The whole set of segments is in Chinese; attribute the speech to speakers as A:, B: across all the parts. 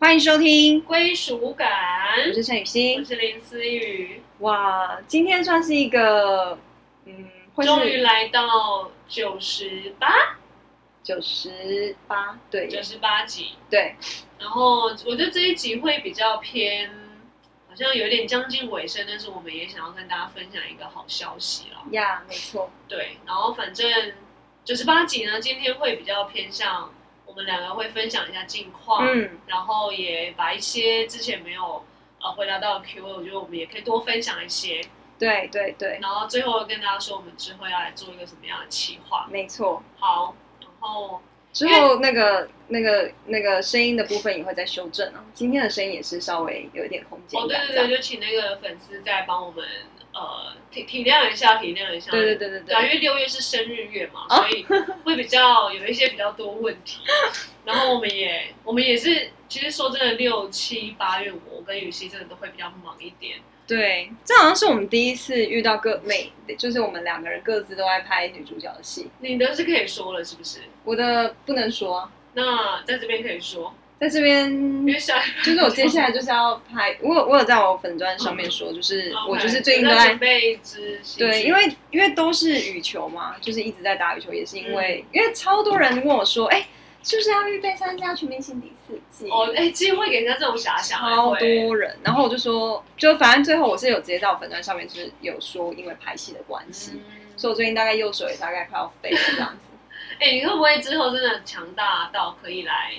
A: 欢迎收听，
B: 归属感。
A: 我是陈雨
B: 我
A: 欣。
B: 是林思雨，
A: 哇，今天算是一个，嗯，会
B: 终于
A: 是
B: 来到九十八
A: 九十八，对
B: 九十八集，
A: 对，
B: 然后我觉得这一集会比较偏，好像有点将近尾声，但是我们也想要跟大家分享一个好消息啦。
A: 呀，没错，
B: 对，然后反正九十八集呢，今天会比较偏向我们两个会分享一下近况，
A: 嗯，
B: 然后也把一些之前没有呃回答到的 Q&A，我觉得我们也可以多分享一些。
A: 对对对，
B: 然后最后跟大家说，我们之后要来做一个什么样的企划。
A: 没错。
B: 好，然后
A: 之后那个那个那个声音的部分也会再修正啊，今天的声音也是稍微有一点空间
B: 哦，对
A: 感，
B: 对
A: 这样
B: 对，就请那个粉丝再帮我们呃体体谅一下，体谅一下。
A: 对对
B: 对。
A: 对对
B: 对啊，因
A: 对，
B: 为六月是生日月嘛，
A: 哦
B: 所以会比较有一些比较多问 题。然后我们也我们也是，其实说真的，六七八月我跟雨熙真的都会比较忙一点。
A: 对，这好像是我们第一次遇到各每，就是我们两个人各自都在拍女主角的戏，
B: 你的是可以说了，是不是？
A: 我的不能说啊，
B: 那在这边可以说，
A: 在这边
B: 因为下
A: 就是我接下来就是要拍，我有我有在我粉砖上面说，就是
B: 哦
A: 我就是最近都
B: 在
A: 在
B: 准备一支新
A: 对，
B: 剧
A: 因为因为都是羽球嘛，就是一直在打羽球，也是因
B: 嗯
A: 为、因为超多人问我说，哎、是不是要预备参加全明星第四季？
B: 哦，哎、其实会给人家这种遐想，哎
A: 超
B: 会
A: 多人，然后我就说，就反正最后我是有直接在我粉砖上面就是有说，因为拍戏的关系，
B: 嗯
A: 所以我最近大概右手也大概快要废了这样子。
B: 哎、你会不会之后真的强大到可以来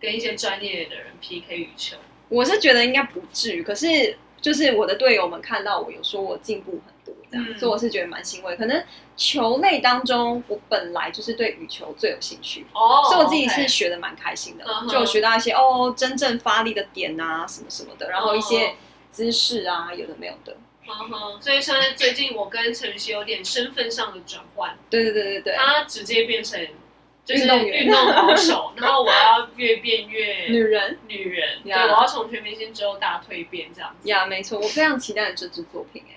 B: 跟一些专业的人 PK 羽球？
A: 我是觉得应该不至于，可是就是我的队友们看到我有说我进步很多这样，
B: 嗯
A: 所以我是觉得蛮欣慰。可能球类当中，我本来就是对羽球最有兴趣，
B: 哦
A: 所以我自己是学的蛮开心的，
B: 嗯哼
A: 就有学到一些哦真正发力的点啊什么什么的，然后一些
B: 哦
A: 姿势啊有的没有的，
B: 嗯哼，所以算是最近我跟陈雨希有点身份上的转换，
A: 对对对对对，
B: 他直接变成就是
A: 运动员
B: 运动高手，然后我要越变
A: 女
B: 越
A: 人
B: 女人，对，
A: 呀
B: 我要从全明星之后大蜕变这样子。
A: 呀没错，我非常期待这支作品哎、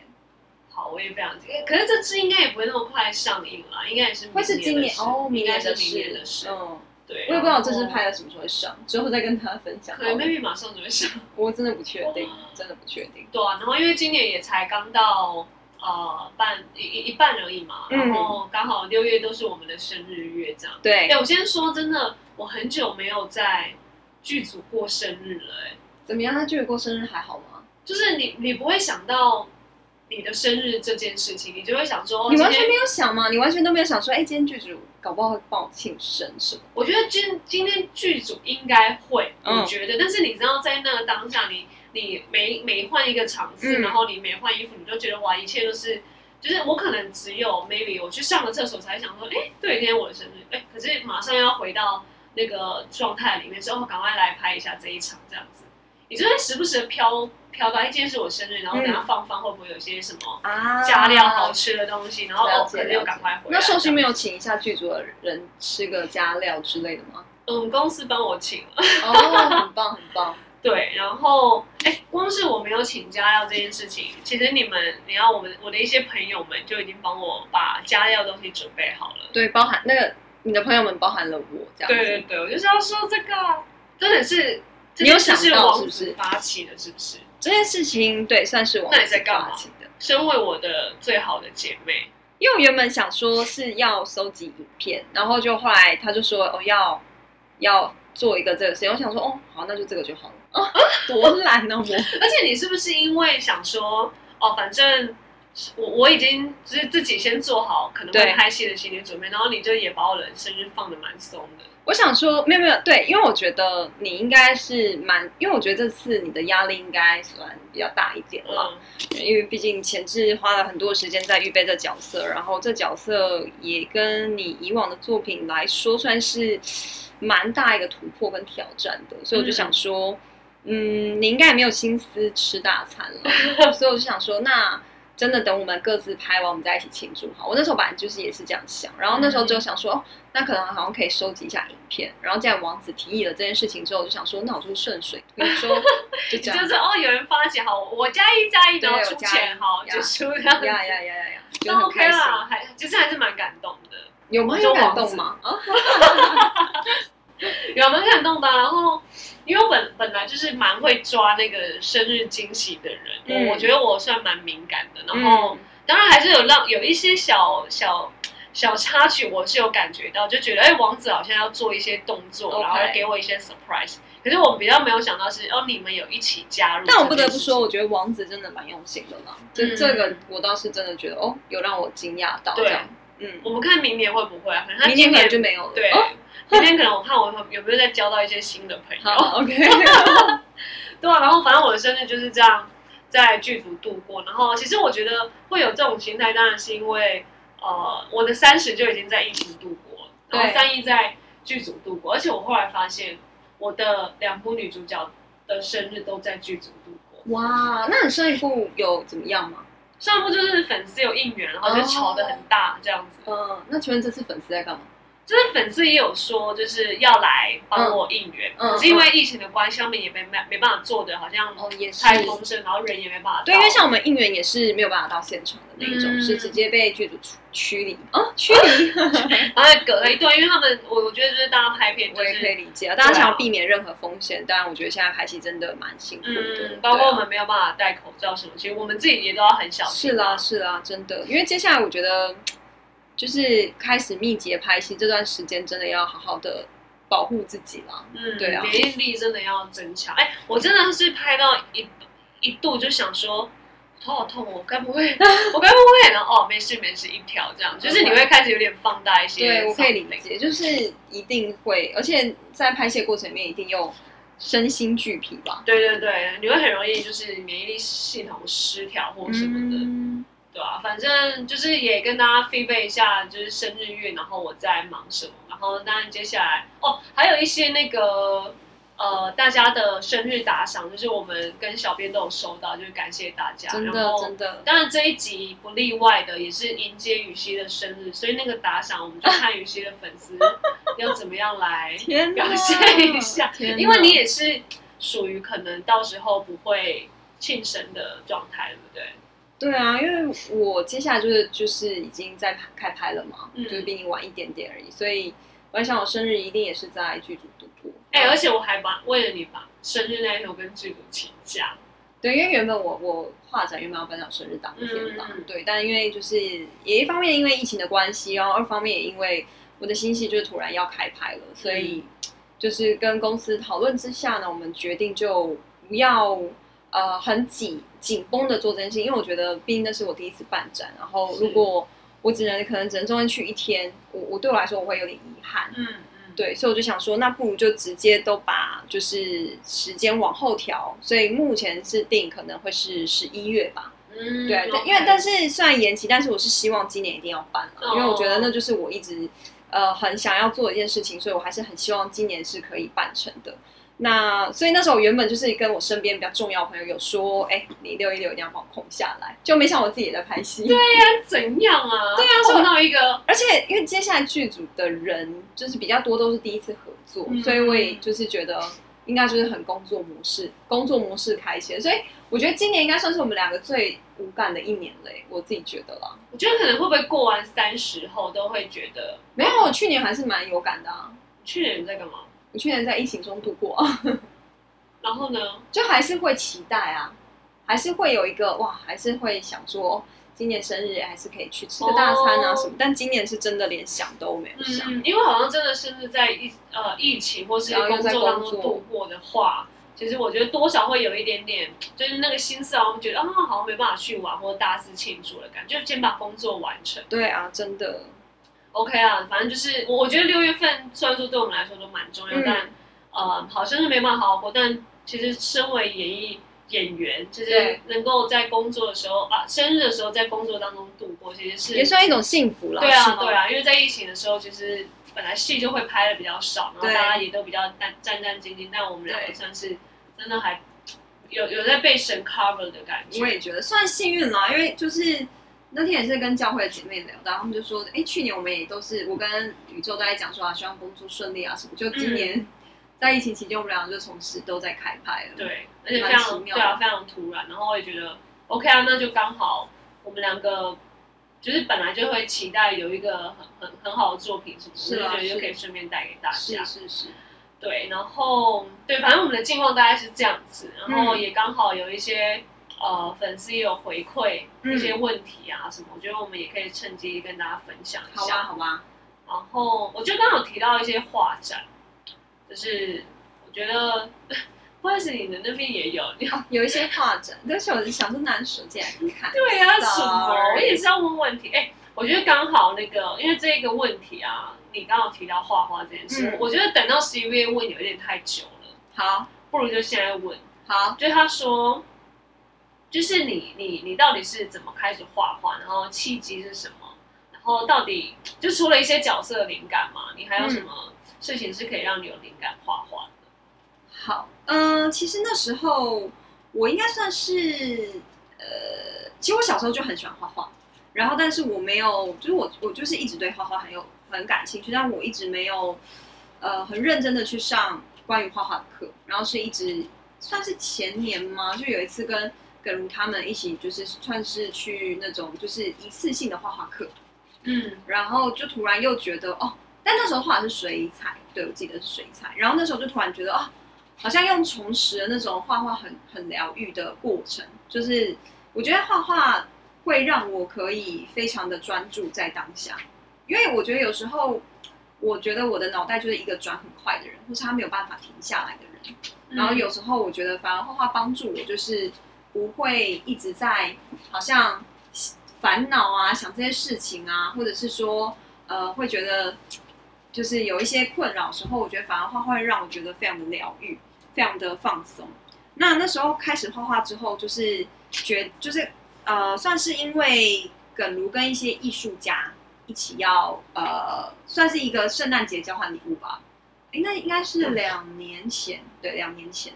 B: 好，我也非常期待。可是这支应该也不会那么快上映啦，应该也是明
A: 会是今
B: 年的
A: 年
B: 事
A: 哦，明
B: 应该
A: 年
B: 是
A: 的
B: 明年的
A: 事，
B: 事。
A: 嗯，
B: 对，
A: 我也不知道这支
B: 然后
A: 拍了什么时候会上，之后再跟大家分享好
B: 可能
A: 了。
B: maybe 马上就会上。
A: 我真的不确定，真的不确定。
B: 对啊，然后因为今年也才刚到呃半一一一半而已嘛，
A: 嗯
B: 然后刚好六月都是我们的生日月这样。哎、
A: 对，
B: 我先说真的，我很久没有在剧组过生日了、哎，
A: 怎么样？他距离过生日还好吗？
B: 就是你你不会想到你的生日这件事情，你就会想说，哦
A: 你
B: 今
A: 完全
B: 天
A: 没有想吗？你完全都没有想说，哎、今天剧组搞不好会帮我庆生什么？
B: 我觉得今今天剧组应该会，
A: 嗯
B: 我觉得，但是你知道在那个当下你，你每每换一个场次，
A: 嗯
B: 然后你每换衣服，你就觉得哇，一切都是，就是我可能只有 maybe 我去上个厕所才想说，哎、对，今天我的生日，哎、可是马上要回到那个状态里面，之后赶快来拍一下这一场这样子，你就会时不时的飘飘到，哎、今天是我生日，然后等下放饭会不会有些什么
A: 啊
B: 加料好吃的东西，然后
A: 了
B: 哦，
A: 解
B: 可能又赶快回来。
A: 那寿星没有请一下剧组的人吃个加料之类的吗？
B: 嗯，公司帮我请了。
A: 哦，很棒，很棒。
B: 对，然后哎，光是我没有请加料这件事情，其实你们，你要我们我的一些朋友们就已经帮我把加料东西准备好了。
A: 对，包含那个你的朋友们包含了我这样子。
B: 对对对，我就是要说这个，真的是，
A: 你有
B: 这件事
A: 想到
B: 王
A: 是不是
B: 子发起的，是不是？
A: 这件事情，对，算是我
B: 那你在干嘛
A: 发起的。
B: 身为我的最好的姐妹，
A: 因为我原本想说是要搜集影片，然后就后来他就说哦要要做一个这个事情，我想说哦好那就这个就好了， 哦、多懒呢、我。
B: 而且你是不是因为想说，哦，反正我我已经就是自己先做好可能
A: 对
B: 会拍戏的心理准备，然后你就也把我的生日放的蛮松的。
A: 我想说没有没有对，因为我觉得你应该是蛮，因为我觉得这次你的压力应该算比较大一点了，
B: 嗯，
A: 因为毕竟前置花了很多时间在预备这角色，然后这角色也跟你以往的作品来说算是蛮大一个突破跟挑战的，所以我就想说，嗯你应该也没有心思吃大餐 了，所以我就想说，那真的等我们各自拍完，我们再一起庆祝好。我那时候本来就是也是这样想，然后那时候
B: 嗯
A: 就想说，哦，那可能好像可以收集一下影片，然后既然王子提议了这件事情之后，我就想说，那我就顺水推舟，就这
B: 就
A: 样。
B: 是哦，有人发起好，我加一加一，
A: 对
B: 然后
A: 我
B: 出
A: 加
B: 钱
A: 一
B: 好，
A: 呀
B: 结束这样子，
A: 呀呀呀呀呀，就
B: 都
A: 很
B: OK
A: 开心。
B: 啦，还其实还是蛮感动的，
A: 嗯有吗？有感动吗？啊，
B: 有蛮感动的啊。然后因为我本本来就是蛮会抓那个生日惊喜的人，我、
A: 嗯
B: 我觉得我算蛮敏感的，然后、
A: 嗯
B: 当然还是有让有一些小小。小插曲我是有感觉到，就觉得哎、王子好像要做一些动作
A: OK
B: 然后给我一些 surprise。可是我比较没有想到是哦，你们有一起加入。
A: 但我不得不说，，我觉得王子真的蛮用心的啦，就
B: 嗯
A: 这个我倒是真的觉得哦，有让我惊讶到这
B: 对
A: 样。嗯，
B: 我们看明年会不会啊？可能他
A: 明天
B: 今
A: 可能
B: 年
A: 就没有了。
B: 对
A: 哦，
B: 明天可能我看我有没有再交到一些新的朋友。
A: 好，OK，
B: 对啊，然后反正我的生日就是这样在剧组度过。然后其实我觉得会有这种心态，当然是因为呃，我的三十就已经在疫情度过，然后
A: 对
B: 三一在剧组度过，而且我后来发现我的两部女主角的生日都在剧组度过。
A: 哇，那你上一部有怎么样吗？
B: 上一部就是粉丝有应援，然后就吵得很大这样子。
A: 嗯，那请问这次粉丝在干嘛？
B: 就是粉丝也有说，就是要来帮我应援，
A: 嗯嗯
B: 可是因为疫情的关系，他们也没没没办法做的，好像
A: 哦，也是。
B: 太丰盛，然后人也没办法到。
A: 对，因为像我们应援也是没有办法到现场的那一种，
B: 嗯
A: 是直接被剧组驱驱离啊，驱离，
B: 然后隔了一段，因为他们，我我觉得就是大家拍片 就
A: 我也可以
B: 是，
A: 理解啊。大家想要避免任何风险，当然我觉得现在拍戏真的蛮辛苦的，
B: 嗯，包括我
A: 对啊
B: 们没有办法戴口罩什么，其实我们自己也都要很小心。啊
A: 是啦，是啦，真的，因为接下来我觉得就是开始密集地拍戏这段时间，真的要好好的保护自己啦。
B: 嗯，
A: 对啊
B: 免疫力真的要增强。哎，我真的是拍到一一度就想说。头好痛哦，我该不会， 我该不会，然后哦，没事没事，一条这样，就是你会开始有点放大一
A: 嗯
B: 些。
A: 对，我可以理。解，就是一定会，而且在拍戏的过程里面一定又身心俱疲吧。
B: 对对对，你会很容易就是免疫力系统失调或什么的。
A: 嗯，
B: 对啊，反正就是也跟大家 feedback 一下，就是生日月，然后我在忙什么，然后当然接下来哦，还有一些那个呃大家的生日打赏，就是我们跟小编都有收到，就是感谢大家。
A: 真
B: 然
A: 的
B: 后
A: 真的，
B: 当然这一集不例外的，也是迎接雨熙的生日，所以那个打赏我们就看雨熙的粉丝要怎么样来
A: 天哪
B: 表现一下，
A: 天哪
B: 因为你也是属于可能到时候不会庆生的状态，对不对？
A: 对啊，因为我接下来就是就是已经在拍开拍了嘛，
B: 嗯
A: 就是比你晚一点点而已，所以我在想我生日一定也是在剧组度过。
B: 哎、而且我还把为了你把生日那一天我跟剧组请假，
A: 对，因为原本我我画展原本要颁奖生日当天啦，
B: 嗯嗯
A: 对，但因为就是也一方面因为疫情的关系，然后二方面也因为我的新戏就是突然要开拍了，所以
B: 嗯
A: 就是跟公司讨论之下呢，我们决定就不要呃很紧紧绷的做这件事情，因为我觉得毕竟那是我第一次办展，然后如
B: 是
A: 果我只能可能只能中间去一天，我我对我来说我会有点遗憾，
B: 嗯嗯，
A: 对，所以我就想说，那不如就直接都把就是时间往后调，所以目前是定可能会是十一月吧。
B: 嗯
A: 对，但因为但
B: 是
A: 是虽然延期，但是我是希望今年一定要办了，因为我觉得那就是我一直呃很想要做的一件事情，所以我还是很希望今年是可以办成的。那所以那时候我原本就是跟我身边比较重要的朋友有说，哎、你六一六一定要帮我空下来，就没想到我自己也在拍戏。对
B: 怎样啊？对
A: 啊
B: 碰到一个
A: 而且因为接下来剧组的人就是比较多都是第一次合作，
B: 嗯
A: 所以我也就是觉得应该就是很工作模式，工作模式开启，所以我觉得今年应该算是我们两个最无感的一年嘞，我自己觉得啦。
B: 我觉得可能会不会过完三十后都会觉得
A: 没有，我去年还是蛮有感的啊，
B: 去年你在干嘛？
A: 我去年在疫情中度过啊，
B: 然后呢？
A: 就还是会期待啊，还是会有一个哇，还是会想说。哦今年生日还是可以去吃个大餐啊
B: 哦
A: 什么但今年是真的连想都没有想。
B: 嗯，因为好像真的甚至在疫呃疫情或是
A: 然后又
B: 工
A: 在
B: 作当
A: 工
B: 中
A: 作
B: 度过的话，其实我觉得多少会有一点点，就是那个心思好像觉得啊，好像没办法去玩或大肆庆祝的感觉，就先把工作完成。
A: 对啊，真的，
B: OK 啊，反正就是我我觉得六月份虽然说对我们来说都蛮重要，
A: 嗯
B: 但呃好像是没办法好好过，但其实身为演艺演员，就是
A: 对
B: 能够在工作的时候啊，生日的时候在工作当中度过，其实是
A: 也算一种幸福啦。
B: 对
A: 是
B: 啊
A: 吗
B: 对啊，因为在疫情的时候，其实本来戏就会拍的比较少，然后
A: 对
B: 大家也都比较战战战兢兢，但我们两个
A: 对
B: 算是真的还有有在被神 cover 的感觉，
A: 我也觉得算幸运啦，因为就是那天也是跟教会的姐妹聊到，她们就说，哎、去年我们也都是我跟宇宙都在讲说啊，希望工作顺利啊什么，就今年、
B: 嗯
A: 在疫情期间，我们俩就同时都在开拍了。，
B: 对，而且
A: 蛮
B: 非
A: 奇
B: 常对
A: 妙
B: 啊，非常突然。然后我也觉得 OK 啊，那就刚好我们两个就是本来就会期待有一个很很很好的作品什么的，
A: 是啊
B: 我就觉得
A: 是
B: 就可以顺便带给大
A: 是
B: 家。
A: 是是，
B: 对，然后对，反正我们的近况大概是这样子，然后
A: 嗯
B: 也刚好有一些呃粉丝也有回馈
A: 嗯
B: 一些问题啊什么，我觉得我们也可以趁机跟大家分享一
A: 好啊
B: 下。
A: 吧，好吧，
B: 然后我就刚好提到一些画展，就是我觉得 不好意思，你们那边也有，你
A: 哦，有一些画展，但是我就想说男手进来看。
B: 对啊，什 么？
A: Sorry
B: 我也是要问问题。哎、我觉得刚好那个，因为这个问题啊，你刚好提到画画这件事，
A: 嗯
B: 我觉得等到十一月问有点太久了，
A: 好，
B: 不如就现在问。
A: 好，
B: 就他说，就是你你你到底是怎么开始画画，然后契机是什么，然后到底就除了一些角色灵感嘛，你还有什
A: 嗯
B: 么事情是可以让你有灵感画画的？
A: 好，嗯、其实那时候我应该算是，呃，其实我小时候就很喜欢画画，然后但是我没有，就是我我就是一直对画画很有很感兴趣，但我一直没有，呃，很认真的去上关于画画的课，然后是一直算是前年嘛，就有一次跟耿如他们一起，就是算是去那种就是一次性的画画课，
B: 嗯
A: 然后就突然又觉得哦，但那时候画的是水彩，对我记得是水彩，然后那时候就突然觉得哦，好像用重拾的那种画画很很疗愈的过程，就是我觉得画画会让我可以非常的专注在当下，因为我觉得有时候我觉得我的脑袋就是一个转很快的人，或是他没有办法停下来的人，
B: 嗯
A: 然后有时候我觉得，反而画画帮助我，就是不会一直在好像烦恼啊、想这些事情啊，或者是说呃会觉得就是有一些困扰的时候，我觉得反而画画会让我觉得非常的疗愈，非常的放松。那那时候开始画画之后，就是觉就是呃算是因为耿如跟一些艺术家一起要呃算是一个圣诞节交换礼物吧，诶那应该是两年前，对，两年前。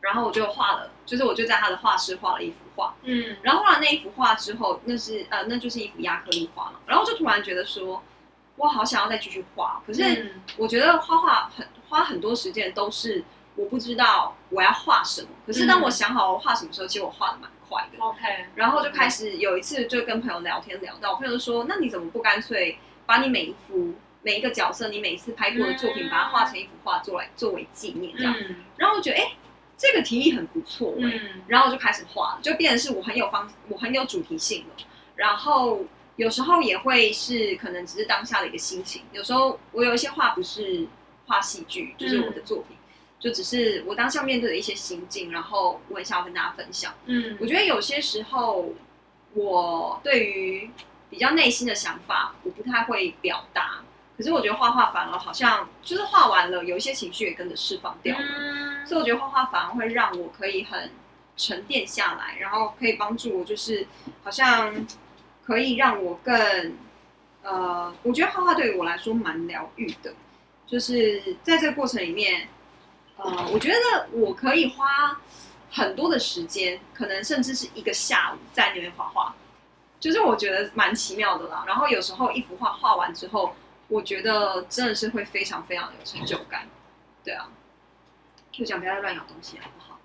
A: 然后我就画了，就是我就在他的画室画了一幅画，
B: 嗯
A: 然后画了那一幅画之后，那是呃，那就是一幅亚克力画嘛。然后就突然觉得说，我好想要再继续画，可是
B: 嗯
A: 我觉得画画很花很多时间都是我不知道我要画什么。可是当我想好我画什么时候，其实我画的蛮快的。
B: 嗯 OK，
A: 然后就开始有一次就跟朋友聊天聊到，我朋友就说：“那你怎么不干脆把你每一幅每一个角色，你每一次拍过的作品，
B: 嗯
A: 把它画成一幅画作来作为纪念这样？”
B: 嗯
A: 然后我觉得，哎、这个提议很不错、诶
B: 嗯
A: 然后我就开始画了，就变成是我很有方，我很有主题性了。然后有时候也会是可能只是当下的一个心情，有时候我有一些画不是画戏剧，就是我的作品，就只是我当下面对的一些心境，然后我很想要跟大家分享。
B: 嗯
A: 我觉得有些时候，我对于比较内心的想法，我不太会表达。可是我觉得画画反而好像就是画完了，有一些情绪也跟着释放掉了。
B: 嗯
A: 所以我觉得画画反而会让我可以很沉淀下来，然后可以帮助我，就是好像可以让我更呃，我觉得画画对于我来说蛮疗愈的，就是在这个过程里面，呃，我觉得我可以花很多的时间，可能甚至是一个下午在那边画画，就是我觉得蛮奇妙的啦。然后有时候一幅画画完之后，我觉得真的是会非常非常有成就感，对啊。就讲不要再乱咬东西好不好？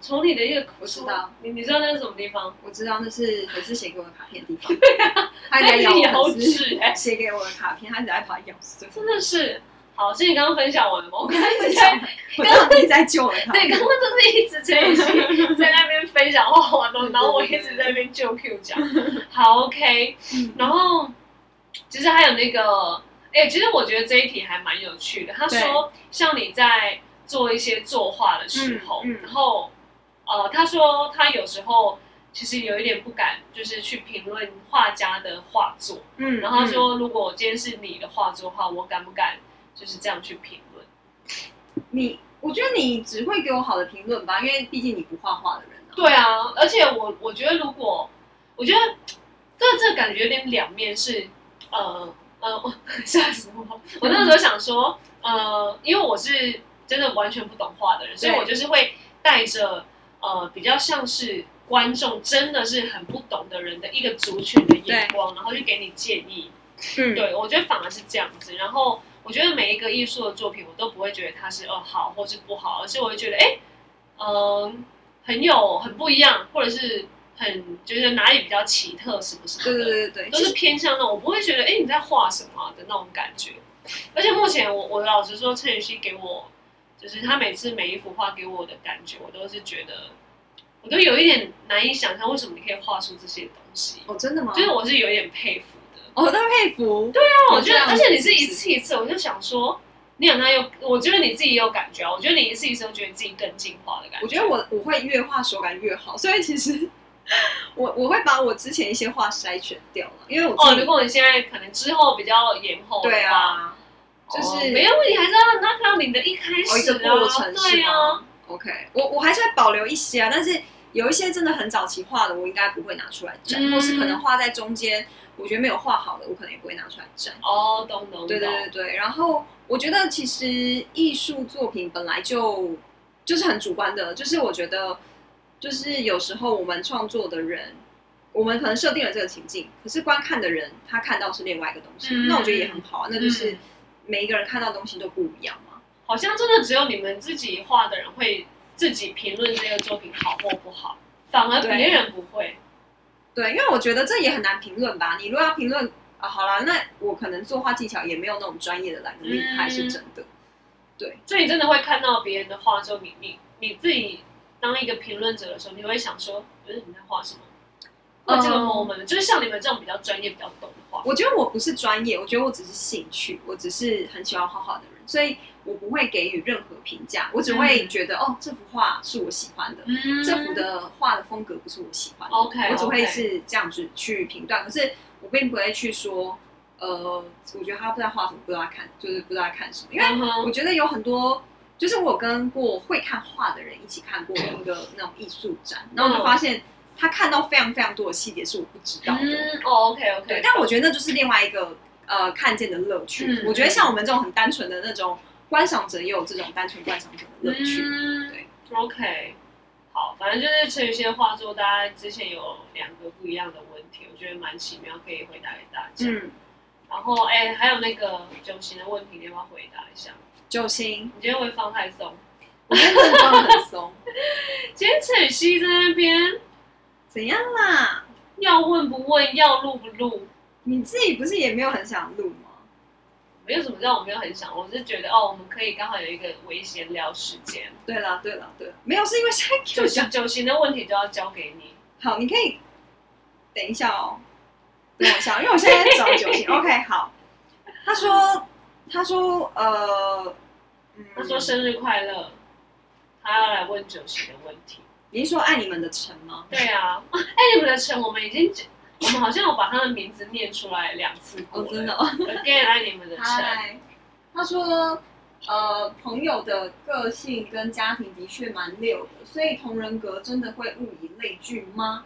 B: 从你的一个口
A: 我知道，
B: 你你知道那是什么地方？
A: 我知道那是粉丝写给我的卡片的地 方，
B: 啊
A: 他一直在咬我粉丝
B: 纸哎，
A: 写给我的卡片，他一直在把它咬碎。
B: 真的是。好，所以你刚刚分享完了吗？我刚刚 一
A: 分
B: 直
A: 享
B: 在，
A: 完，我知道你一直在救了他。
B: 对，刚刚就是一直在一起 在那边分享画画的东西，然后我一直在那边就 Q 讲。好，OK，
A: 嗯，
B: 然后其实还有那个，哎、其实我觉得这一题还蛮有趣的。他说，像你在做一些作画的时候，
A: 嗯嗯
B: 然后呃，他说他有时候其实有一点不敢，就是去评论画家的画作。
A: 嗯
B: 然后他，说，如果今天是你的画作的话，我敢不敢就是这样去评论？啊
A: 嗯你，我觉得你只会给我好的评论吧，因为毕竟你不画画的人啊。
B: 对啊，而且我我觉得，如果我觉得这这感觉有点两面是，呃呃，我 吓死我！我那时候想说，呃，因为我是真的完全不懂画的人，所以
A: 对
B: 我就是会带着呃比较像是观众真的是很不懂的人的一个族群的眼光，然后去给你建议。
A: 嗯，
B: 对，我觉得反而是这样子。然后我觉得每一个艺术的作品，我都不会觉得它是哦好或是不好，而是我会觉得哎，嗯、很有很不一样，或者是很觉得哪里比较奇特什么什么
A: 对
B: 的，
A: 对对对对，
B: 都
A: 其
B: 是
A: 实
B: 偏向那种，我不会觉得哎你在画什么啊的那种感觉。而且目前我我老实说，陈雨希给我就是他每次每一幅画给我的感觉，我都是觉得我都有一点难以想象，为什么你可以画出这些东西，
A: 哦，真的吗？
B: 就是我是有一点佩服的。
A: 哦，他佩服。对
B: 但
A: 啊
B: 我觉得，而且你是一次一次，我就想说，你好像有，我觉得你自己也有感觉啊，我觉得你一次一次都觉得自己更进化的感觉。
A: 我觉得我我会越画手感越好，所以其实我我会把我之前一些画筛选掉了，因为我
B: 哦，
A: 自
B: 如
A: 己、
B: 果你现在可能之后比较延后的话，
A: 对啊，
B: 就、
A: 就是是
B: 没有问题，还是要拉到你的一开
A: 哦一
B: 始
A: 个
B: 啊，
A: 过程是
B: 对啊，
A: 吗？OK，我我还是会保留一些啊，但是有一些真的很早期画的，我应该不会拿出来展，
B: 嗯
A: 或是可能画在中间，我觉得没有画好的，我可能也不会拿出来展。
B: 哦，懂懂懂，
A: 对对对对，然后我觉得其实艺术作品本来就就是很主观的，就是我觉得就是有时候我们创作的人，我们可能设定了这个情境，可是观看的人他看到是另外一个东西，
B: 嗯
A: 那我觉得也很好啊，那就是
B: 嗯
A: 每一个人看到的东西都不一样嘛。
B: 好像真的只有你们自己画的人会自己评论这个作品好或不好，反而别人不会。
A: 对，因为我觉得这也很难评论吧。你如果要评论啊，好啦，那我可能作画技巧也没有那种专业的来的厉害，
B: 嗯
A: 是真的。
B: 所以你真的会看到别人的画之后，你你你自己当一个评论者的时候，你会想说，嗯，你在画什么？那这个
A: 嗯
B: moment、就是像你们这种比较专业、比较懂的画，
A: 我觉得我不是专业，我觉得我只是兴趣，我只是很喜欢画画的人，所以我不会给予任何评价，我只会觉得、哦，这幅画是我喜欢的，
B: 嗯哦
A: 这幅的画的风格不是我喜欢的
B: OK，
A: 我只会是这样子去评断，可是我并不会去说，呃，我觉得他不知道画什么，不知道他看，就是不知道他看什么，因为
B: 嗯哼
A: 我觉得有很多。就是我跟过会看画的人一起看过一个那种艺术展，然后我就发现他看到非常非常多的细节是我不知道的，
B: 嗯哦，OK
A: 对，
B: OK，
A: 但我觉得那就是另外一个呃看见的乐趣。
B: 嗯
A: 我觉得像我们这种很单纯的那种观赏者，也有这种单纯观赏者的乐趣。
B: 嗯
A: 对
B: OK，好，反正就是陈宇轩的画作，大家之前有两个不一样的问题，我觉得蛮奇妙，可以回答给大家。
A: 嗯，
B: 然后哎、还有那个九型的问题，你要不要回答一下？
A: 九星，
B: 你今天会放太松？
A: 我觉得真的放得很松。
B: 今天陈雨希在那边
A: 怎样啦？
B: 要问不问，要录不录，
A: 你自己不是也没有很想录吗？
B: 没有什么让我没有很想，我是觉得哦，我们可以刚好有一个微闲聊时间。
A: 对啦，对啦，对啦，没有是因为现在就
B: 九
A: 嗯
B: 型
A: 想
B: 九型的问题就要交给你。
A: 好，你可以等一下哦，等我一下，因为我现在在找九 星。OK，好。他说，他说，呃，嗯，
B: 他说生日快乐，他要来问九型的问题。
A: 您说爱你们的城吗？
B: 对 啊，哎、你们的城我们已经，我们好像有把他的名字念出来两次过
A: 哦，
B: 了。
A: 真的哦。啊
B: Again，爱你们的城。
A: 嗨，他说，呃，朋友的个性跟家庭的确蛮溜的，所以同人格真的会物以类聚吗？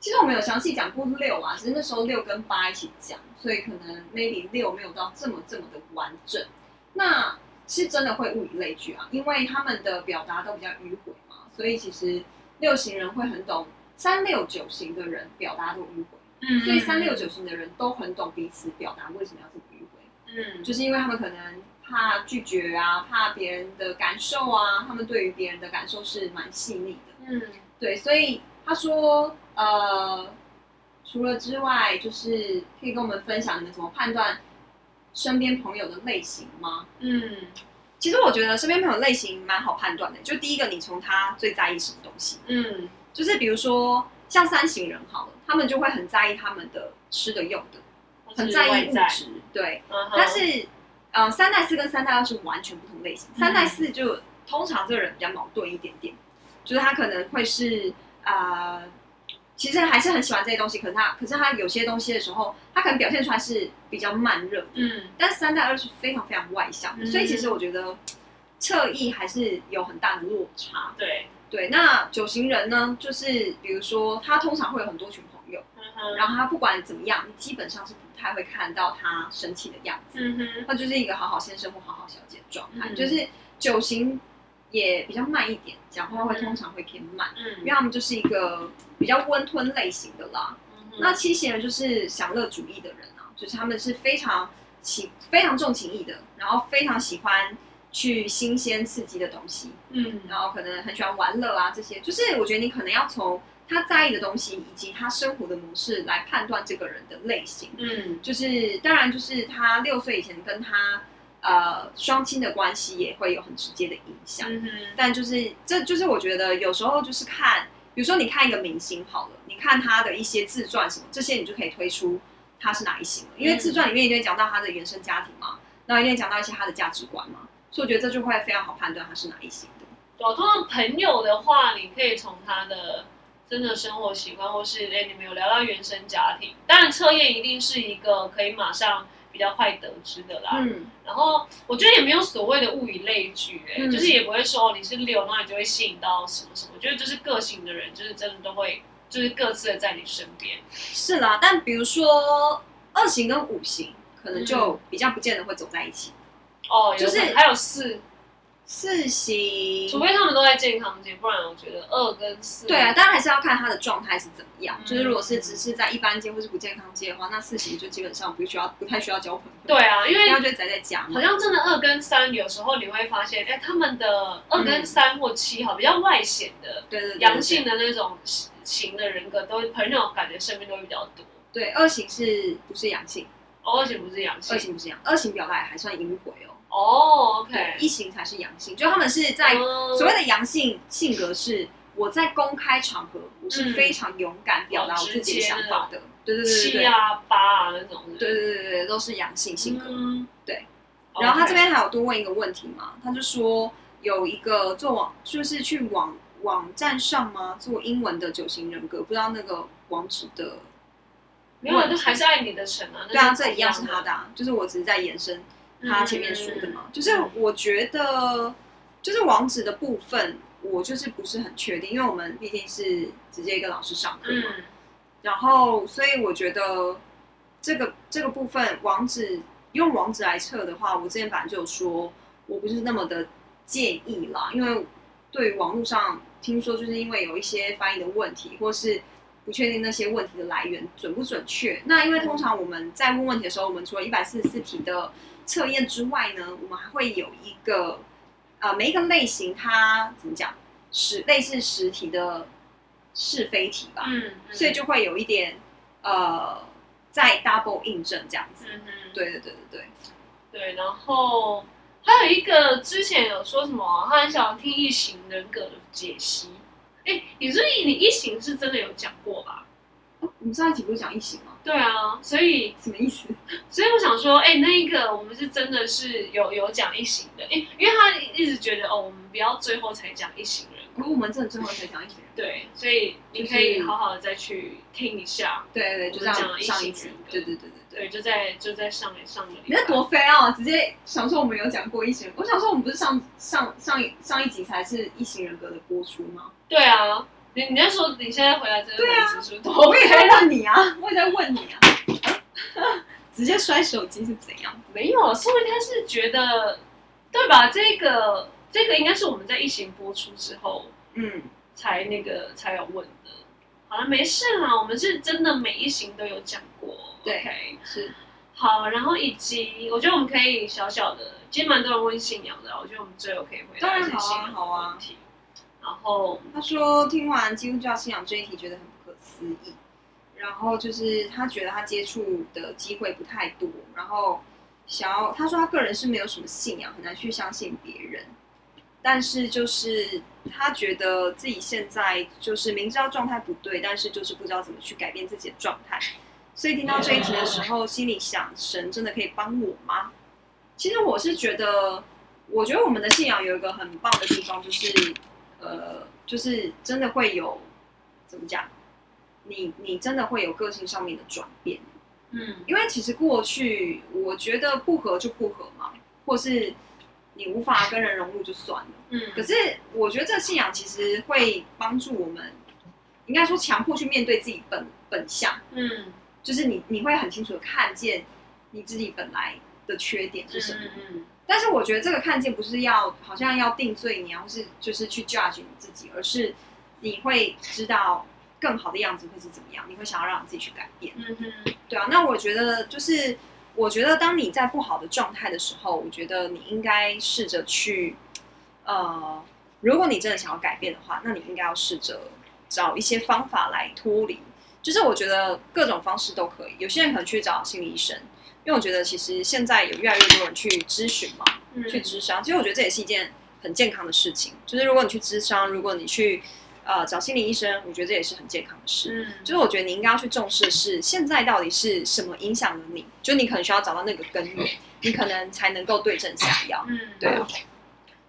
A: 其实我们有详细讲过六啊，只是那时候六跟八一起讲，所以可能 maybe 六没有到这么这么的完整。那是真的会物以类聚啊，因为他们的表达都比较迂回嘛，所以其实六型人会很懂三六九型的人表达都迂回，
B: 嗯
A: 所以三六九型的人都很懂彼此表达为什么要这么迂回。
B: 嗯，
A: 就是因为他们可能怕拒绝啊，怕别人的感受啊，他们对于别人的感受是蛮细腻的。
B: 嗯，
A: 对，所以他说，呃，除了之外，就是可以跟我们分享你们怎么判断身边朋友的类型吗？
B: 嗯，
A: 其实我觉得身边朋友类型蛮好判断的，就第一个，你从他最在意什么东西，
B: 嗯，
A: 就是比如说像三型人好了，他们就会很在意他们的吃的用的，
B: 或是
A: 很在
B: 外
A: 意物
B: 在，
A: 质，对，
B: 嗯哼
A: 但是，呃，三代四跟三代二是完全不同类型。三代四就通常这个人比较矛盾一点点，就是他可能会是啊、呃其实还是很喜欢这些东西，可是他可是他有些东西的时候，他可能表现出来是比较慢热，
B: 嗯
A: 但三代二是非常非常外向的，
B: 嗯
A: 所以其实我觉得侧翼还是有很大的落差。
B: 对，
A: 对，那九型人呢，就是比如说他通常会有很多群朋友，
B: 嗯哼，
A: 然后他不管怎么样，你基本上是不太会看到他生气的样子。
B: 嗯哼，
A: 那就是一个好好先生或好好小姐的状态，
B: 嗯
A: 就是九型也比较慢一点，讲话会通常会偏慢，因为
B: 嗯，
A: 他们就是一个比较温吞类型的啦。
B: 嗯
A: 那
B: 哼，
A: 七型人就是享乐主义的人啊，就是他们是非常喜非常重情义的，然后非常喜欢去新鲜刺激的东西，
B: 嗯，
A: 然后可能很喜欢玩乐啊这些，就是我觉得你可能要从他在意的东西以及他生活的模式来判断这个人的类型。
B: 嗯，
A: 就是当然就是他六岁以前跟他呃双亲的关系也会有很直接的影响，
B: 嗯哼，
A: 但就是这就是我觉得有时候就是看，比如说你看一个明星好了，你看他的一些自传什么这些，你就可以推出他是哪一型了，因为
B: 嗯
A: 自传里面一定会讲到他的原生家庭嘛，那一定会讲到一些他的价值观嘛，所以我觉得这就会非常好判断他是哪一型的。
B: 对啊，通常朋友的话，你可以从他的真的生活习惯，或是哎、你们有聊到原生家庭，当然测验一定是一个可以马上比较快得知的啦。
A: 嗯，
B: 然后我觉得也没有所谓的物以类聚、哎、
A: 嗯
B: 就是也不会说哦你是六，那你就会吸引到什么什么。我觉得就是个性的人，就是真的都会，就是各自的在你身边。
A: 是啦，但比如说二型跟五型可能
B: 嗯
A: 就比较不见得会走在一起，
B: 哦，有
A: 就是
B: 可能还有四，
A: 四型
B: 除非他们都在健康界，不然我觉得二跟四，
A: 对啊，，当然还是要看他的状态是怎么样。
B: 嗯
A: 就是如果是只是在一般街或是不健康街的话，那四型就基本上不需要，不太需要交朋友。
B: 对，啊，因为
A: 然后就宅在家嘛
B: 好。像真的二跟三，有时候你会发现，哎、他们的二跟三或七哈，比较外显的
A: 对对对，
B: 阳性的那种型的人格，都朋友感觉身边都会比较多。
A: 对。对，二型是不是阳性？
B: 哦，而且不是阳性
A: 二，型不是阳，二型表达也还算隐晦哦。
B: 哦
A: 对
B: ，OK，，
A: 一型才是阳性，就他们是在
B: 嗯
A: 所谓的阳性性格是，我在公开场合我是
B: 嗯
A: 非常勇敢表达我自己的想法的。对对对对
B: 七
A: 对。
B: 啊八啊那种的，
A: 对对对对，都是阳性性格。
B: 嗯
A: 对。
B: OK
A: 然后他这，边还有多问一个问题嘛，他就说有一个做网，就是去网网站上吗做英文的九型人格，不知道那个网址的，
B: 嗯没有，就还是爱你的神啊。那是
A: 对啊，这一样是
B: 同
A: 他的、啊，就是我只是在延伸
B: 的
A: 他前面说的嘛，
B: 嗯
A: 就是我觉得就是网址的部分，我就是不是很确定，因为我们毕竟是直接跟老师上课嘛，
B: 嗯，
A: 然后，所以我觉得这个这个部分网址用网址来测的话，我之前反正就有说，我不是那么的建议啦，因为对于网络上听说，就是因为有一些翻译的问题，或是不确定那些问题的来源准不准确。那因为通常我们在问问题的时候，我们除了一百四十四题的测验之外呢，我们还会有一个呃每一个类型它怎么讲实类似实体的是非题吧，
B: 嗯，嗯
A: 所以，就会有一点呃，在 double 印证这样子。
B: 嗯嗯，
A: 对对对对
B: 对，然后还有一个之前有说什么，他很想听异型人格的解析。哎，你说你异型是真的有讲过吧？
A: 对。哦，我们上一集不是讲疫情吗？
B: 对啊，所以
A: 什么意思？
B: 所以我想说，哎、那一个我们是真的是有有讲异型的，因因为他一直觉得哦，我们不要最后才讲异型人格
A: 如果我们真的最后才讲疫情，
B: 对，所以你可以好好的再去听一下，
A: 对对对，就这
B: 我
A: 样
B: 们讲
A: 上一
B: 疫
A: 集
B: 情。
A: 对对对对对。
B: 对，就在就在上上个礼拜。
A: 你那多飞啊！直接想说我们有讲过一行，我想说我们不是上上上一上一集才是一行人格的播出吗？
B: 对啊，你你在说你现在回来真的
A: 对啊
B: 很知足多
A: 我也在问你啊，我也在问你啊， 直接摔手机是怎样？
B: 没有，说明他是觉得，对吧？这个这个应该是我们在疫情播出之后
A: 嗯，
B: 才那个才有问的。好了，没事啦，我们是真的每一行都有讲过。
A: 对
B: o k
A: 是
B: 好，然后以及我觉得我们可以小小的，其实蛮多人问信仰的，我觉得我们最后可以回答一些信仰的
A: 当然好啊好啊
B: 问题。然后，
A: 他说听完基督教信仰这一题觉得很不可思议，然后就是他觉得他接触的机会不太多，然后想要他说他个人是没有什么信仰，很难去相信别人，但是就是他觉得自己现在就是明知道状态不对，但是就是不知道怎么去改变自己的状态，所以听到这一题的时候，心里想神真的可以帮我吗？其实我是觉得，我觉得我们的信仰有一个很棒的地方，就是呃，就是真的会有怎么讲，你你真的会有个性上面的转变，
B: 嗯
A: 因为其实过去我觉得不合就不合嘛，或是你无法跟人融入就算了。
B: 嗯，
A: 可是我觉得这信仰其实会帮助我们，应该说强迫去面对自己本本相。
B: 嗯
A: 就是你你会很清楚的看见你自己本来的缺点是什么。
B: 嗯嗯
A: 但是我觉得这个看见不是要好像要定罪你啊，或是就是去 judge 你自己，而是你会知道更好的样子会是怎么样，你会想要让你自己去改变。
B: 嗯嗯哼
A: 对啊，那我觉得就是我觉得当你在不好的状态的时候，我觉得你应该试着去，呃，如果你真的想要改变的话，那你应该要试着找一些方法来脱离。就是我觉得各种方式都可以，有些人可能去找心理医生，因为我觉得其实现在有越来越多人去咨询嘛，
B: 嗯
A: 去咨商，其实我觉得这也是一件很健康的事情。就是如果你去咨商，如果你去呃找心理医生，我觉得这也是很健康的事。
B: 嗯，
A: 就是我觉得你应该要去重视的是现在到底是什么影响了你，就你可能需要找到那个根源，你可能才能够对症下药。
B: 嗯，
A: 对啊。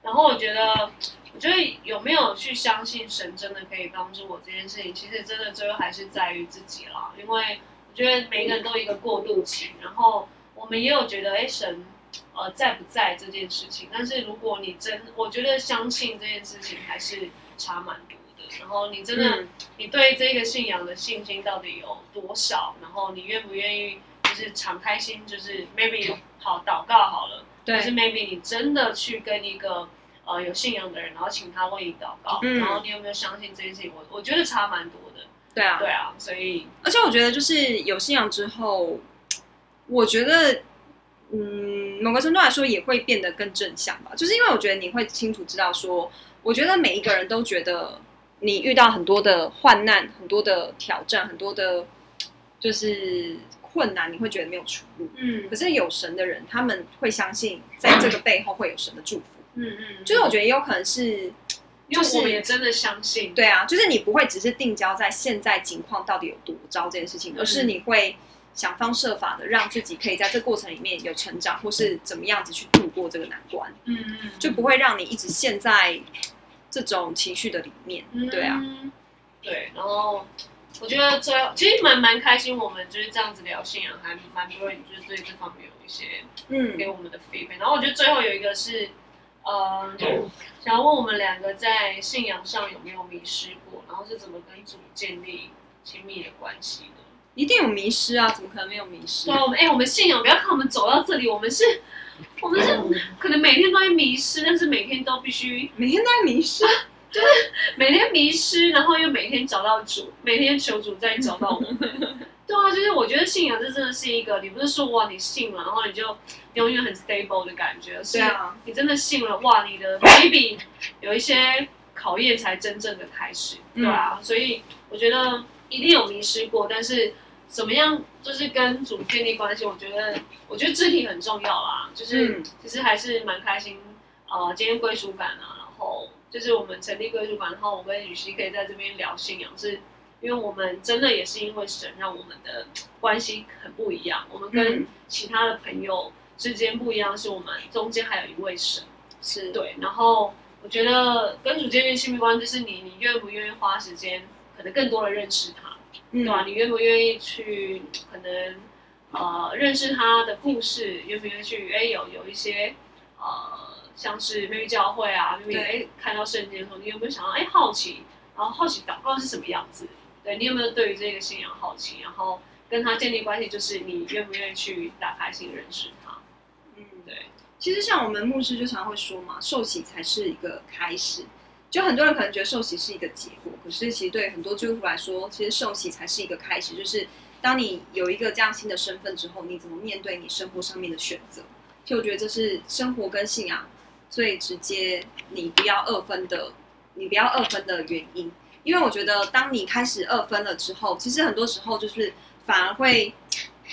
B: 然后我觉得，我觉得有没有去相信神真的可以帮助我这件事情，其实真的最后还是在于自己啦。因为我觉得每个人都有一个过渡期，然后我们也有觉得，哎，神呃在不在这件事情。但是如果你真，我觉得相信这件事情还是差蛮多的。然后你真的。
A: 嗯
B: 你对这个信仰的信心到底有多少？然后你愿不愿意就是敞开心，就是 maybe 好祷告好了，就
A: 对啊
B: 是 maybe 你真的去跟一个呃有信仰的人，然后请他为你祷告，
A: 嗯
B: 然后你有没有相信这件事情？我我觉得差蛮多的，
A: 对啊，
B: 对啊，所以
A: 而且我觉得就是有信仰之后，我觉得嗯，某个程度来说也会变得更正向吧，就是因为我觉得你会清楚知道说，我觉得每一个人都觉得你遇到很多的患难、很多的挑战、很多的就是困难，你会觉得没有出路。
B: 嗯
A: 可是有神的人，他们会相信在这个背后会有神的祝福。
B: 嗯嗯，
A: 就是我觉得也有可能是，
B: 因为
A: 就是
B: 我们也真的相信，
A: 对啊，就是你不会只是定焦在现在情况到底有多糟这件事情，
B: 嗯
A: 而是你会想方设法的让自己可以在这过程里面有成长，或是怎么样子去度过这个难关，
B: 嗯嗯，
A: 就不会让你一直陷在这种情绪的里面。对啊，
B: 嗯，对，然后我觉得最后其实蛮蛮开心，我们就是这样子聊信仰，还蛮多人就是对这方面有一些给
A: 嗯，
B: 我们的 feedback。然后我觉得最后有一个是，呃，想要问我们两个在信仰上有没有迷失过，然后是怎么跟主建立亲密的关系的？
A: 一定有迷失啊，怎么可能没有迷失
B: 对？啊，我们哎、我们信仰，不要看我们走到这里，我们是， 我们是可能每天都会迷失，但是每天都必须
A: 每天都在迷失，
B: 每天迷失，然后又每天找到主，每天求主再找到我们。对啊，就是我觉得信仰这真的是一个，你不是说哇你信了，然后你就永远很 stable 的感觉，是
A: 对啊，
B: 你真的信了哇，你的 maybe 有一些考验才真正的开始，
A: 嗯
B: 对啊，所以我觉得一定有迷失过，但是怎么样就是跟主建立关系，我觉得我觉得肢体很重要啦，就是、
A: 嗯
B: 其实还是蛮开心，呃，今天归属感啊，然后就是我们成立归属感，然后我跟雨熙可以在这边聊信仰，是因为我们真的也是因为神让我们的关系很不一样，我们跟
A: 嗯
B: 其他的朋友之间不一样，是我们中间还有一位神。
A: 是
B: 对，然后我觉得跟主建立亲密关系，就是你你愿不愿意花时间，可能更多的认识他，
A: 嗯
B: 对吧、啊你愿不愿意去可能呃认识他的故事，愿不愿意去哎有有一些呃像是妹妹教会啊，妹妹
A: 对
B: 哎看到圣经的时候，你有没有想到哎好奇，然后好奇祷告是什么样子？对你有没有对于这个信仰好奇？然后跟他建立关系，就是你愿不愿意去打开心认识他？
A: 嗯，
B: 对。
A: 其实像我们牧师就常会说嘛，受洗才是一个开始。就很多人可能觉得受洗是一个结果，可是其实对很多基督徒来说，其实受洗才是一个开始。就是当你有一个这样新的身份之后，你怎么面对你生活上面的选择？其实我觉得这是生活跟信仰最直接，你不要二分的，你不要二分的原因。因为我觉得，当你开始二分了之后，其实很多时候就是反而会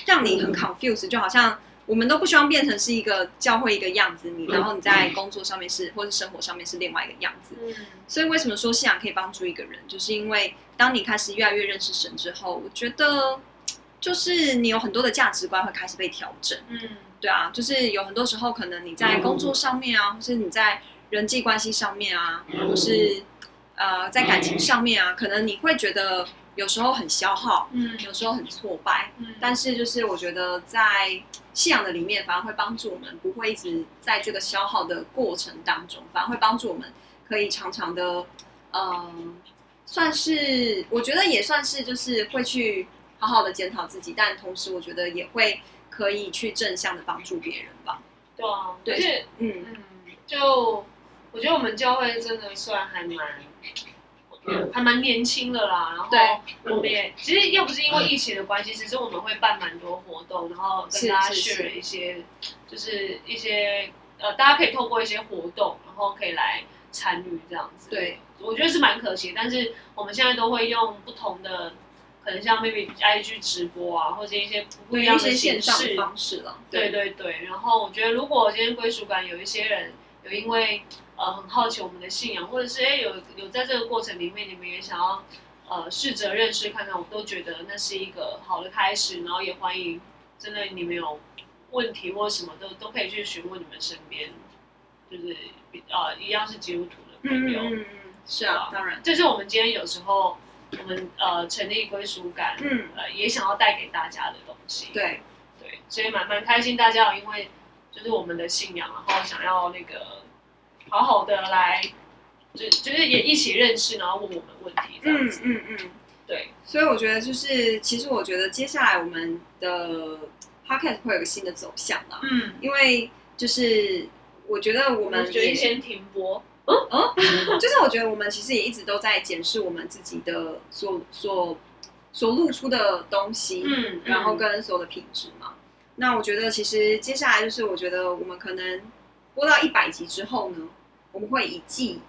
A: 让你很 confused，就好像我们都不希望变成是一个教会一个样子，你然后你在工作上面是，或是生活上面是另外一个样子。
B: 嗯
A: 所以为什么说信仰可以帮助一个人，就是因为当你开始越来越认识神之后，我觉得就是你有很多的价值观会开始被调整。
B: 嗯
A: 对啊，就是有很多时候可能你在工作上面啊，或是你在人际关系上面啊，或是呃在感情上面啊，可能你会觉得有时候很消耗，
B: 嗯
A: 有时候很挫败。
B: 嗯，
A: 但是就是我觉得在信仰的里面，反而会帮助我们不会一直在这个消耗的过程当中，反而会帮助我们可以常常的，嗯，算是我觉得也算是就是会去好好的检讨自己，但同时我觉得也会可以去正向的帮助别人吧。
B: 对啊，
A: 对
B: 而且
A: 嗯
B: 嗯，就我觉得我们教会真的虽然还蛮，还蛮年轻的啦。然后
A: 对
B: 我们也其实要不是因为疫情的关系，其实我们会办蛮多活动，然后跟
A: 是
B: 大家
A: 是是
B: share 一些，就是一些呃，大家可以透过一些活动，然后可以来参与这样子。
A: 对，
B: 我觉得是蛮可惜，但是我们现在都会用不同的，可能像 maybe IG 直播啊，或者一些不一样
A: 一
B: 的
A: 些线
B: 形
A: 上
B: 式。
A: 方式了。
B: 对对对，然后我觉得如果今天归属感有一些人有因为呃很好奇我们的信仰，或者是哎有有在这个过程里面你们也想要呃试着认识看看，我都觉得那是一个好的开始，然后也欢迎真的你们有问题或什么都都可以去询问你们身边就是比呃一样是基督徒的
A: 嗯
B: 朋友，
A: 嗯嗯，嗯是啊，当然，
B: 这是我们今天有时候我们呃成立归属感
A: 嗯，
B: 呃也想要带给大家的东西。
A: 对，
B: 对，所以蛮蛮开心，大家有因为就是我们的信仰，然后想要那个好好的来，就就是也一起认识，然后问我们问题这样
A: 嗯
B: 子。
A: 嗯嗯，
B: 对。
A: 所以我觉得就是，其实我觉得接下来我们的 podcast 会有个新的走向啦，
B: 嗯，
A: 因为就是我觉得我
B: 我
A: 们
B: 们决定
A: 也
B: 先停播。
A: 就是我觉得我们其实也一直都在检视我们自己的所所所露出的东西，
B: 嗯
A: 然后跟所有的品质嘛。那我觉得其实接下来就是，我觉得我们可能播到一百集之后呢，我们会以季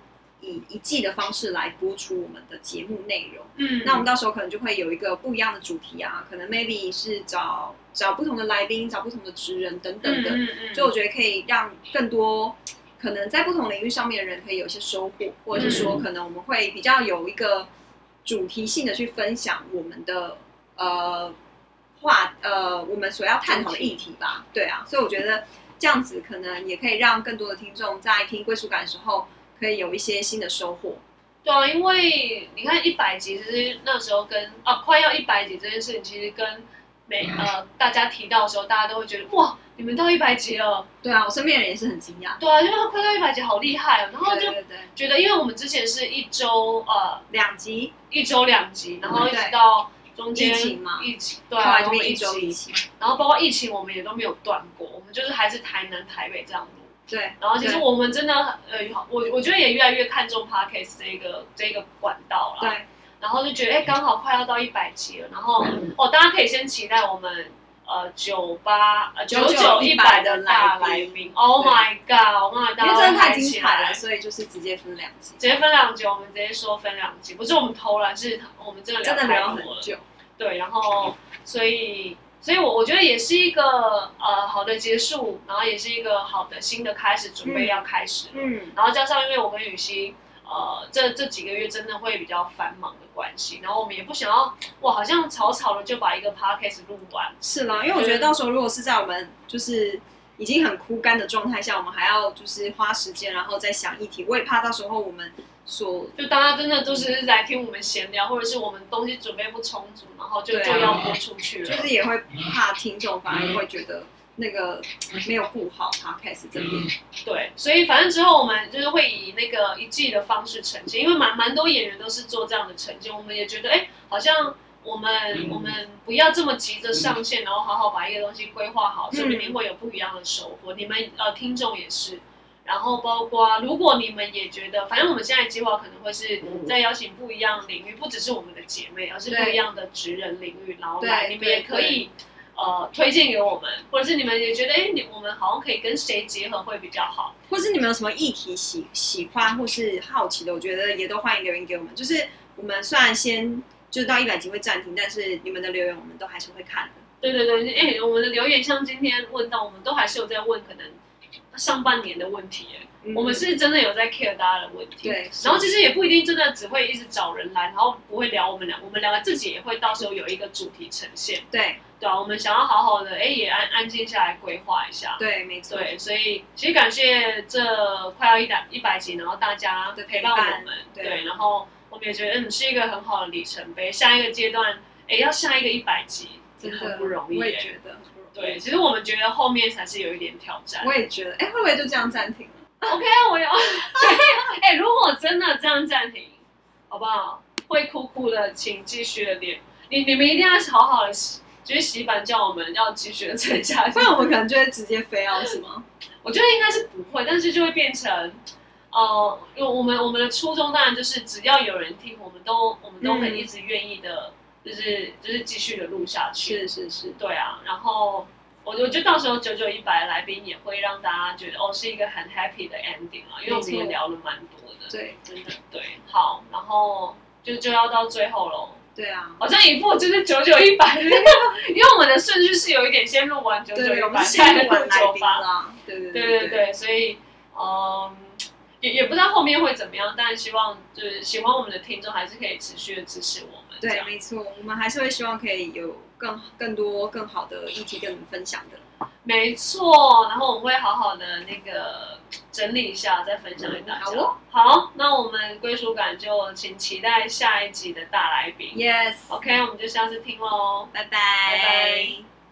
A: 以一季的方式来播出我们的节目内容。
B: 嗯，
A: 那我们到时候可能就会有一个不一样的主题啊，可能 maybe 是找找不同的来宾，找不同的职人等等的。
B: 嗯嗯，
A: 就我觉得可以让更多可能在不同领域上面的人可以有一些收获，或者是
B: 嗯
A: 说可能我们会比较有一个主题性的去分享我们的呃话呃我们所要探讨的议题吧，对啊，所以我觉得这样子可能也可以让更多的听众在听归属感的时候可以有一些新的收获，
B: 对啊，因为你看一百集，其实那时候跟啊快要一百集这件事情，其实跟每呃大家提到的时候，大家都会觉得哇，你们到一百集了，
A: 对啊，我身边的人也是很惊讶，
B: 对啊，因为快到一百集好厉害哦，然后
A: 对
B: 就
A: 对对，
B: 觉得，因为我们之前是一周呃
A: 两集，
B: 一周两集，然后一直
A: 嗯对
B: 到中间
A: 疫情嘛
B: 疫情对
A: 后
B: 啊，
A: 来
B: 然
A: 就
B: 后
A: 变一
B: 一
A: 周一
B: 集，
A: 期，
B: 然后包括疫情我们也都没有断过，我们就是还是台南、台北这样录。
A: 对，
B: 然后其实
A: 对
B: 我们真的呃，我我觉得也越来越看重 podcast 这个这个管道啦。
A: 对，
B: 然后就觉得哎，刚好快要到一百集了，然后哦，大家可以先期待我们呃九八呃九九
A: 99
B: 一百的
A: 的
B: 大
A: 来
B: 来
A: 宾
B: 宾，Oh my god！我们
A: 因
B: 大
A: 为
B: 家
A: 真的太
B: 嗨起
A: 精彩
B: 来
A: 了，所以就是直接分两集，
B: 直接分两集，我们直接说分两集，不是我们偷懒，是我们真的聊
A: 真的
B: 太
A: 聊
B: 多
A: 很
B: 了。
A: 久。
B: 对，然后所以，所以我我觉得也是一个呃好的结束，然后也是一个好的新的开始，准备要开始。
A: 嗯，
B: 然后加上因为我跟雨欣呃这这几个月真的会比较繁忙的关系，然后我们也不想要哇，好像草草的就把一个 podcast 录完。
A: 是啦，因为我觉得到时候如果是在我们就是已经很枯干的状态下，我们还要就是花时间，然后再想议题，我也怕到时候我们所
B: 就大家真的都只是来听我们闲聊，或者是我们东西准备不充足，然后就、
A: 对啊
B: 就要播出去了。
A: 就是也会怕听众反而会觉得那个没有顾好 podcast 这边。
B: 对，所以反正之后我们就是会以那个一季的方式呈现，因为蛮蛮多演员都是做这样的呈现，我们也觉得哎、好像我们我们不要这么急着上线，然后好好把一个东西规划好，说不定会有不一样的收获。你们呃听众也是，然后包括如果你们也觉得，反正我们现在计划可能会是在邀请不一样领域，不只是我们的姐妹，而是不
A: 对
B: 一样的职人领域，然后来
A: 对
B: 你们也
A: 对
B: 可以。呃，推荐给我们，或者是你们也觉得，哎、你我们好像可以跟谁结合会比较好？
A: 或是你们有什么议题喜喜欢或是好奇的，我觉得也都欢迎留言给我们。就是我们虽然先就是到一百集会暂停，但是你们的留言我们都还是会看的。
B: 对对对，哎、我们的留言像今天问到，我们都还是有在问可能上半年的问题耶，
A: 嗯
B: 我们是真的有在 care 大家的问题。
A: 对，
B: 然后其实也不一定真的只会一直找人来，然后不会聊我们俩，我们两个自己也会到时候有一个主题呈现，
A: 对
B: 对啊，我们想要好好的，哎、也安安静下来规划一下。
A: 对，没错，
B: 对，所以其实感谢这快要一百一百集，然后大家
A: 的
B: 陪
A: 陪
B: 伴
A: 伴
B: 我们，
A: 对
B: 对，然后我们也觉得嗯是一个很好的里程碑。下一个阶段，哎，要下一个一百集，
A: 真的
B: 很不容易
A: 我也
B: 耶。
A: 觉得很不容易。
B: 对，其实我们觉得后面才是有一点挑战。
A: 我也觉得，哎、会不会就这样暂 停了？
B: OK，我啊有。哎、如果真的这样暂停，好不好？会哭哭的，请继续的练。你你们一定要好好的洗，就是洗版叫我们要继续的 撑下去
A: 啊不。然我们可能就会直接飞哦，是吗？
B: 我觉得应该是不会，但是就会变成呃，因为我们我们的初衷当然就是只要有人听，我们都我们都
A: 嗯
B: 很一直愿意的，就是就是继续的录下
A: 是
B: 去。
A: 是是，
B: 对啊，然后我我觉得到时候九九一百来宾也会让大家觉得哦是一个很 happy 的 ending 啊，因为我们
A: 没错
B: 也聊了蛮多的，
A: 对
B: 真的对。好，然后就就要到最后喽，
A: 对啊。
B: 好像一步就是九九一百， 因为我们的顺序是有一点先录完九九
A: 对，
B: 一
A: 我
B: 百，
A: 们是新
B: 再
A: 闻来
B: 九
A: 宾
B: 八，
A: 啦，对对
B: 对
A: 对
B: 对对，所以嗯，也也不知道后面会怎么样，但希望就是喜欢我们的听众还是可以持续的支持我们。这
A: 对，
B: 样
A: 没错，我们还是会希望可以有更更多更好的议题跟你们分享的。
B: 没错，然后我们会好好的那个整理一下，再分享给大家。
A: 好哦
B: 好那我们归属感就请期待下一集的大来宾。
A: Yes，
B: OK，我们就下次听喽。
A: 拜拜，
B: 拜拜